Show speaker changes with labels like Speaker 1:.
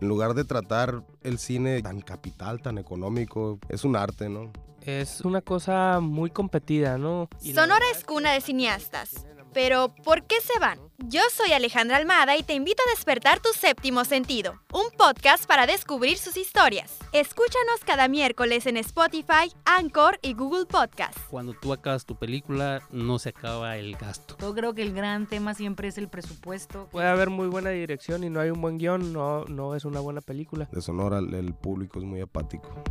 Speaker 1: En lugar de tratar el cine tan capital, tan económico, es un arte, ¿no?
Speaker 2: Es una cosa muy competida, ¿no?
Speaker 3: Y Sonora es cuna de cineastas. Pero, ¿por qué se van? Yo soy Alejandra Almada y te invito a despertar tu séptimo sentido, un podcast para descubrir sus historias. Escúchanos cada miércoles en Spotify, Anchor y Google Podcast.
Speaker 4: Cuando tú acabas tu película, no se acaba el gasto.
Speaker 5: Yo creo que el gran tema siempre es el presupuesto.
Speaker 2: Puede haber muy buena dirección y no hay un buen guión, no, no es una buena película.
Speaker 1: De Sonora el público es muy apático.